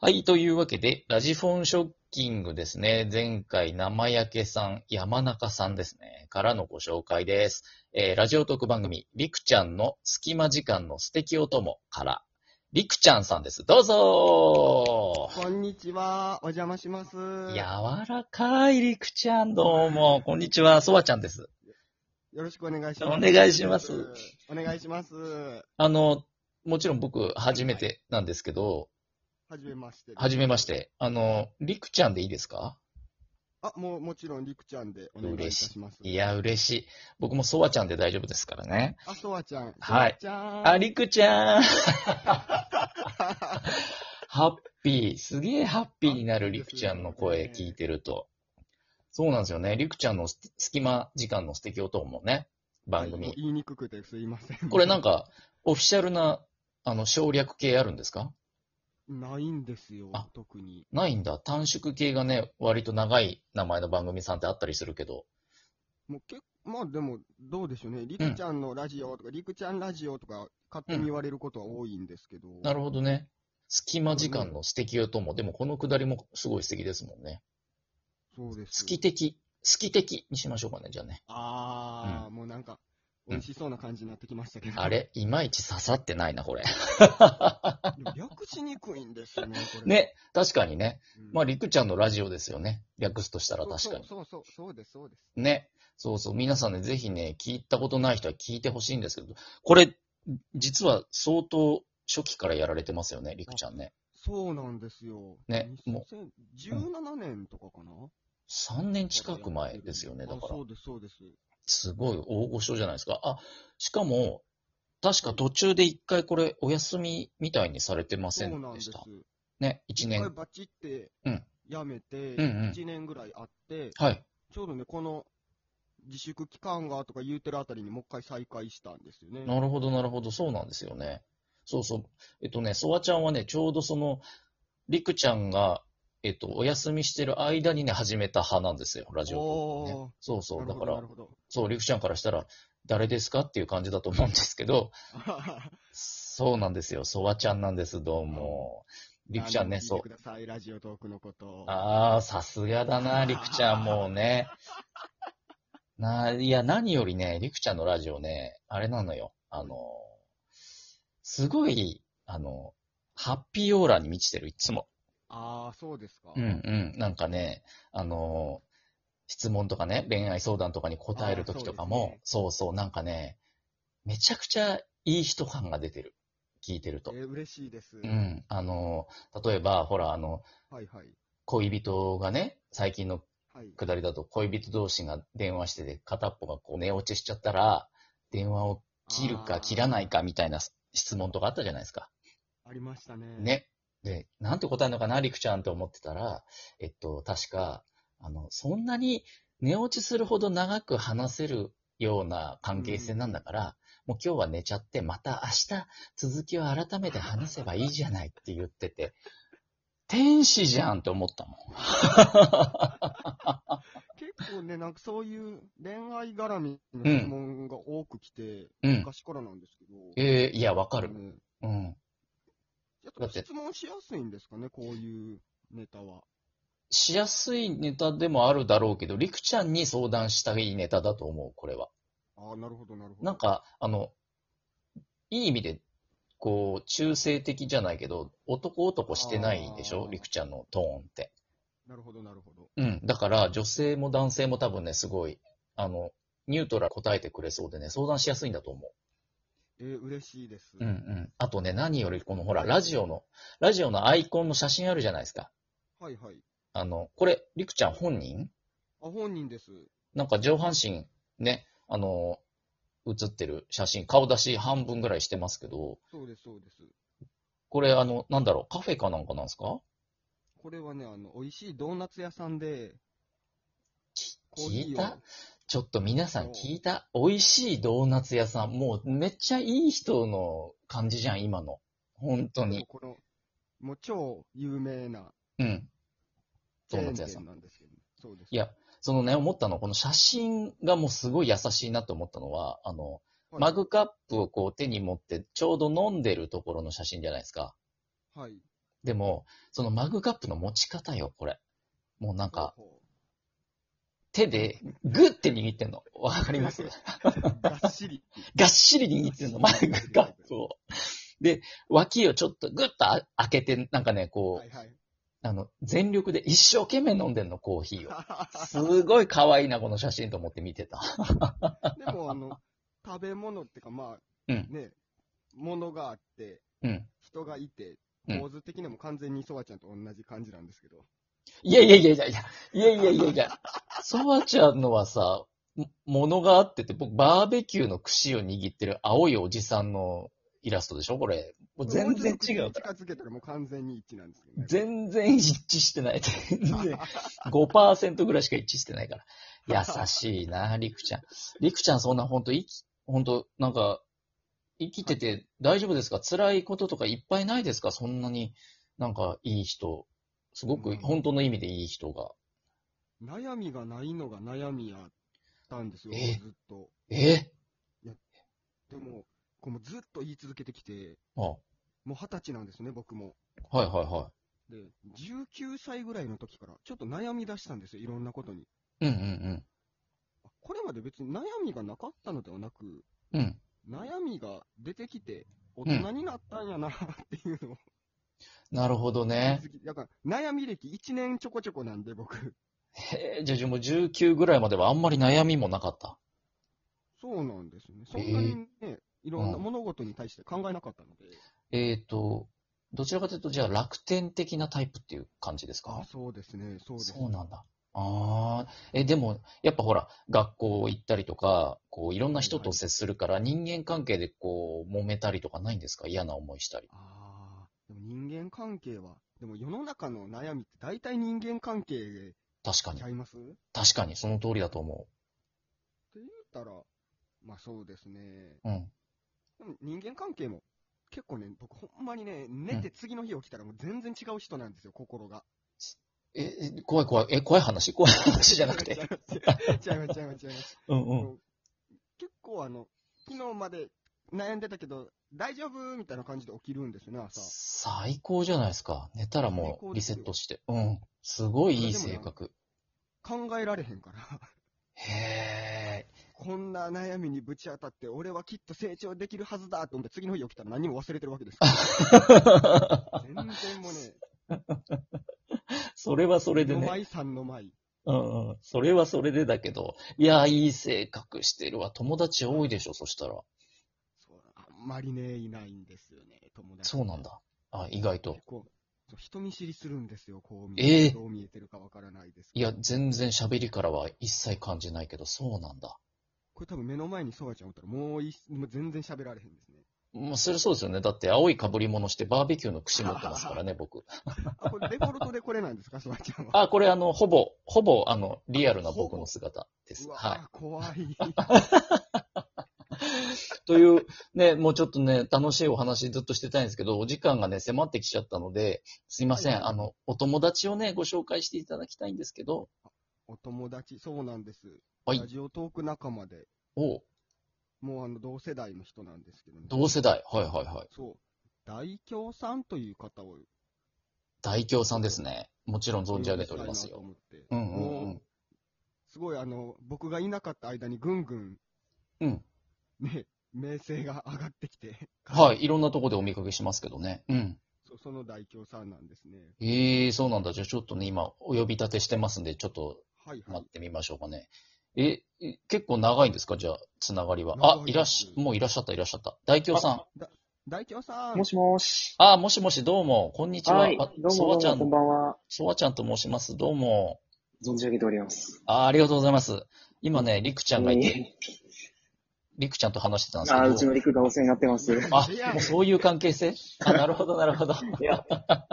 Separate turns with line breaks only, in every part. はい、というわけで、ラジフォンショッキングですね。前回、生焼けさん、山中さんですね。からのご紹介です。えーラジオトーク番組、りくちゃんの隙間時間の素敵お供から、りくちゃんさんです。どうぞ
こんにちは、お邪魔します。
柔らかいりくちゃん、どうも。こんにちは、そわちゃんです。
よろしくお願いします。
お願いします。
お願いします。
あの、もちろん僕、初めてなんですけど、
はじめまして。
初めまして。あの、りくちゃんでいいですか
あ、もう、もちろん、りくちゃんでお願いいたします。
いや、嬉しい。僕もそわちゃんで大丈夫ですからね。
あ、そわちゃん。
はい
そわちゃん。
あ、りくちゃんハッピー。すげえハッピーになるりくちゃんの声聞いてると。そうなんですよね。りくちゃんのす隙間時間の素敵音もね、番
もう
組。
言いにくくてすいません。
これなん
か。
か、オフィシャルな、あの、省略系あるんですか
ないんですよ
あ、
特に。
ないんだ。短縮系がね、割と長い名前の番組さんってあったりするけど。
もう結まあでも、どうでしょうね。りくちゃんのラジオとか、りくちゃんラジオとか、勝手に言われることは多いんですけど。
なるほどね。隙間時間の素敵音も、でもこのくだりもすごい素敵ですもんね。
そうです。
好き的、好き的にしましょうかね、じゃあね。
あー、
う
もうなんか、美味しそうな感じになってきましたけど。
あれ、いまいち刺さってないな、こ れ。
でも略しにくいんですよね、これ。
ね、確かにね。
うん。
まあ、りくちゃんのラジオですよね。略すとしたら確かに。
そうそうそう、そうです、そうです。
ね。そうそう。皆さんね、ぜひね、聞いたことない人は聞いてほしいんですけど、これ、実は相当初期からやられてますよね、りくちゃんね。
そうなんですよ。
ねも
2017年とかかな、
3年近く前ですよね、だ
あ
から
そ。うです、そうです。
すごい大御所じゃないですか。あ、しかも、確か途中で一回これお休みみたいにされてませ
そうんなん
で
で
し
す。
た。ね、一
一回
年。
バチって
うん
やめて、
うんうん
1年ぐらいあって、
はい。
ちょうどね、この自粛期間がとか言うてるあたりにもう一回再開したんですよね。
なるほど、なるほど。そうなんですよね。そうそう。えっとね、ソワちゃんはね、ちょうどその、りくちゃんが、えっと、お休みしてる間にね、始めた派なんですよ、ラジオ、ね
おー。
そうそう。だ
なる
か
ほど、な
ら
る、ほど。
そう、りくちゃんからしたら、誰ですかっていう感じだと思うんですけど、 そうなんですよ。ソワちゃんなんです、どうも。りくち ゃんね、
そ。
そう
聞
う
いて。ください、ラジオトークのこと。
ああ、さすがだな、りくちゃん、もうね。なあ、いや、何よりね、りくちゃんのラジオね、あれなのよ。あの、すごい、あの、ハッピーオーラに満ちてる、いつも。
あー、そうですか。
うんうん。なんかね、あの、質問とかね、恋愛相談とかに答えるときとかも、そうそう、なんかね、めちゃくちゃいい人感が出てる。聞いてると
え。ー嬉しいです。
うん。あの、例えば、ほら、あの、
はいはい。
恋人がね、最近の
はい。
くだりだと恋人同士が電話してて片っぽがこう寝落ちしちゃったら、電話を切るか切らないかみたいな質問とかあったじゃないですか。
あー。ありましたね。。
ね。で、なんて答えるのかな、りくちゃんと思ってたら、えっと、確か、あの、そんなに寝落ちするほど長く話せるような関係性なんだから、もう今日は寝ちゃって、また明日続きを改めて話せばいいじゃないって言ってて、天使じゃんと思ったもん。
結構ね、なんかそういう恋愛絡みの質問が多く来て、
うん。
昔からなんですけど。
えーいや、わかる
あ。のね
うん。
やっぱ質問しやすいんですかね、こういうネタは。
しやすいネタでもあるだろうけど、りくちゃんに相談したいネタだと思う、これは。
ああ、なるほど、なるほど。
なん、か、あの、いい意味で、こう、中性的じゃないけど、男男してないでしょ
あー
りくちゃんのトーンって。
なるほど、なるほど。
うん。だから、女性も男性も多分ね、すごい、あの、ニュートラル答えてくれそうでね、相談しやすいんだと思
えー、嬉しいです。
う。うんうん。あとね、何より、このほら、ラジオの、ラジオのアイコンの写真あるじゃないですか。
はいはい。
あの、これ、りくちゃん本人
あ、本人です。
なんか上半身ね、あの、写ってる写真、顔出し半分ぐらいしてますけど、
そうです、そうです。
これあの、なんだろう、カフェかなんかなんですか
これはね、あの、美味しいドーナツ屋さんで、
き
コーヒ
聞い
ーを
たちょっと皆さん聞いた美味しいドーナツ屋さん。もうめっちゃいい人の感じじゃん、今の。本当に。
この、もう超有名な
うん。
チェー
ドー
ン
ナツ屋さん
店なんですけど、そうです。
いや、そのね、思ったの、この写真がもうすごい優しいなと思ったのは、あの、
はい、
マグカップをこう手に持ってちょうど飲んでるところの写真じゃないですか。
はい。
でも、そのマグカップの持ち方よ、これ。もうなんか、
ほ
手でグッて握ってんの。わかります
うほうがっしり。
がっしり握ってんの、マグカップを。で、脇をちょっとグッとあ開けて、なんかね、こ
は
う、
いはい。
あの、全力で一生懸命飲んでんの、コーヒーを。すごい可愛いな、この写真と思って見てた。
でも、あの、食べ物ってか、まあ、
うん
ね、物があって、
うん。
人がいて、
うん
構図的にも完全にソワちゃんと同じ感じなんですけど。
いやいやいやいやいや、いやいやいやいや、ソワちゃんのはさ、も物があってて、僕、バーベキューの串を握ってる青いおじさんのイラストでしょこれ。もう全然違
も
う
うちょっと口に
から。
近づけたらもう完全に一致なんですけどね。
全然一致してない。全然。5%ぐらいしか一致してない から。優しいな、りくちゃん。りくちゃん、そんな本当生き、本当なんか、生きてて大丈夫ですか辛いこととかいっぱいないですかそんなに、なんか、いい人。すご
う
く、
ん
本当の意味でいい人が。
悩みがないのが悩みやったんですよ、
え
ずっと。
え
でも、こうもうずっと言い続けてきて、
あ、はい
もう二十歳なんですね、僕も。
はいは
で、19歳ぐらいの時から、ちょっと悩み出したんですよ、いろんなことに。
い。うんうん
あこれまで別に悩みがなかったのではなく、
うん。うん。
悩みが出てきて、大人になったんやなっていうのを、
なるほどね。
だから悩み歴1年ちょこちょこなんで、僕。
へえ、じゃあもう19ぐらいまではあんまり悩みもなかった。
そうなんですね。そんなにね、いろんな物事に対して考えなかったので。
えっ、と、どちらかというと、じゃあ楽天的なタイプっていう感じですか
あそうですね、そうですね。
そうなんだ。ああ、え、でも、やっぱほら、学校行ったりとか、こう、いろんな人と接するから、人間関係でこう、揉めたりとかないんですか嫌な思いしたり。
ああ、でも人間関係は、でも世の中の悩みって大体人間関係
確かに
ちゃ。いますって
確かに、その通りだと思
言ったら、まあそうですね。
う。うん。
でも人間関係も結構ね、僕ほんまにね、寝て次の日起きたらもう全然違う人なんですよ、心が。
え、え怖い怖い、え、怖い話怖い話じゃなく
違い
て。
ます、違います、違います違います。
うんうん。
結構あの、昨日まで悩んでたけど、大丈夫みたいな感じで起きるんですよね、朝。
最高じゃないですか。寝たらもうリセットして。うん。すごいいい性格。
考えられへんから。
へえ。
こんな悩みにぶち当たって、俺はきっと成長できるはずだと思って、次の日起きたら何も忘れてるわけです から。全然もうね、
それはそれで
の
ね。
舞さんの舞。
うんうん。それはそれでだけど。いや、いい性格してるわ。友達多いでしょ、そしたら。
そうあんまりね、いないんですよね、友達。
そうなんだ。あ、意外と
結。構。そう人見知りするんですよ、こう見
え
え
え
どう見えてるかわからないですけ
い
ど
や、全然喋りからは一切感じないけど、そうなんだ。
これ多分目の前にソワちゃんおったら、もういもう全然喋られへんで すね。
もうそれそうですよね。だって青い被り物してバーベキューの串持ってますからね、僕。
あ、これデフォルトでこれなんですか、ソワちゃんは。
あ、これあの、ほぼ、ほぼあの、リアルな僕の姿で
う
す。
わ
はい。
怖 い。
という、ね、もうちょっとね、楽しいお話ずっとしてたいんですけど、お時間がね、迫ってきちゃったので、すいません、
はい
あの、お友達をね、ご紹介していただきたいんですけど、
お友達、そうなんです。
はい
ラジオトーク仲間で、
おう
もうあの同世代の人なんですけどね。
同世代、はいはいはい。
そう。大京さんという方を
大京さんですね。もちろん存じ上げております
お
よ。
呼びしたいなと
う
思
ん
って。
うんう
も
ん
う。、すごいあの、僕がいなかった間にぐんぐん、
うん。
ね、名声が上がってきて。
はい、いろんなとこでお見かけしますけどね。うん。
そう。その大京さんなんですね。
ええそうなんだ。じゃあちょっとね、今、お呼び立てしてますんで、ちょっと
はいは
待
い
っ。てみましょうかね。え、え結構長いんですかじゃあ、つながりは。あ
長い、で
い
す
らっし、もういらっしゃった、いらっしゃった。大京さん。
大京さん。
もしもし。
あ、もしもし、どうも、こんにちは。
はい。ど
あ
う
そわ
も
ち
ど
ゃ
うも、こん
ん、
ばんは。
そわちゃんと申します。どうも。
存じ上げております。
あ、ありがとうございます。今ね、りくちゃんがいて、
え
りくちゃんと話してたん
ーあー、う
ですけ
ち
ど。
の陸がお世話になってます。
あ、もうそういう関係性あ、なるほど、なるほど。
いや、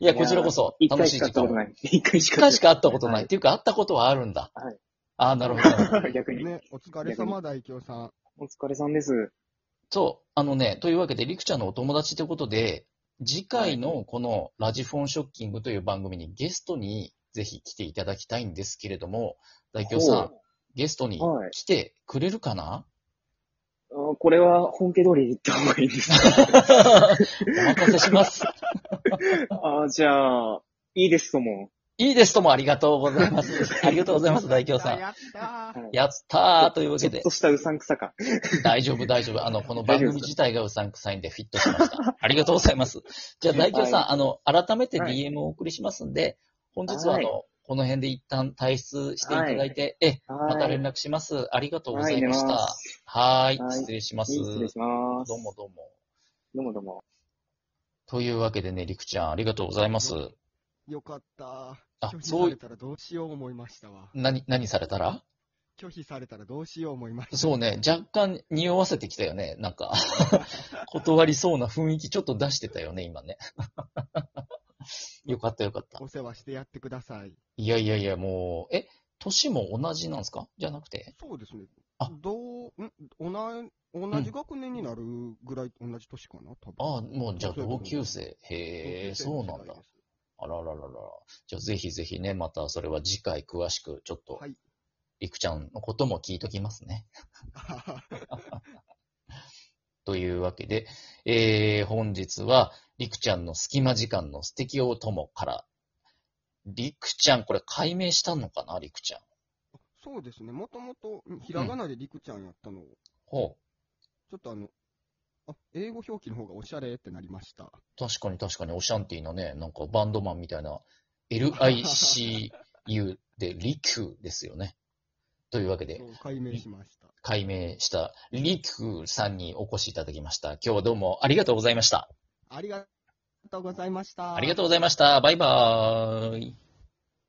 いや、こちらこそ、
一
楽
回
し
し
い
か会
時
った
間
こと
を。
ない。一回し
一
か
回しか会った
こ
ことない。
はい
っていうか、会ったことはあるんだ。
はい
あ、なるほどなるほど。
とない。逆に。
ね、お疲れ様、大京さん。
お疲れさんです。
そう、あのね、というわけで、りくちゃんのお友達ということで、次回のこのラジフォンショッキングという番組にゲストにぜひ来ていただきたいんですけれども、大京さん
ほ、
ゲストに
はい
来てくれるかな、
うあこれは本家通りに行った方がいいんで すか
お任せします。
あじゃあ、いいですとも。
いいですともありがとうございます。 ありがとうございます、大京さん。
やったー
はい
やったーというわ
ち
け
ょっ
で
と、したうさんくさか。
大丈夫、大丈夫。あの、この番組自体がうさんくさいんでフィットしま した。ありがとうございます。じゃあ、大京さん、あの、改めて
はい
DM をお送りしますんで、本日はあ
はい
の、この辺で一旦退出していただいて、え、また連絡します。ありがとうございまし
はい寝ま
た。はーい、
はい
失礼します。
失礼します。
どうも。どうも。
どうもどうも。
というわけでね、りくちゃん、ありがとうございます。
よかった。
あ
拒否
そう
されたらどうしよう思いましたわ。
何、何されたら
拒否されたらどうしよう思いました。
そうね、若干匂わせてきたよね。なんか、 断りそうな雰囲気ちょっと出してたよね、今ね。 よかったよかった。
お世話してやってください。
いやいやいや、もう、え、年も同じなんですかじゃなくて
そうですね。
あ
どう、んおな同じ学年になるぐらい、同じ年かな、多分。
ああ、もうじゃあ
そういう
同
こと
級生。へえ、そうなんだ。。あららららら。じゃあぜひぜひね、またそれは次回詳しく、ちょっと、
はい。
りくちゃんのことも聞いときますね。というわけで、えー、本日は、りくちゃんの隙間時間の素敵お供から、りくちゃん、これ解明したのかな、りくちゃん。
そうですね。もともと、ひらがなでりくちゃんやったのを、
ほ
ちょっとあの、あ、英語表記の方がおしゃれってなりました。
う。確かに確かに、オシャンティのね、なんかバンドマンみたいな、LICU で、りくですよね。というわけで
そ、う解明しました。
解明したりくさんにお越しいただきました。今日はどうもありがとうございました。
ありがとうございました。
ありがとうございました。バイバーイ。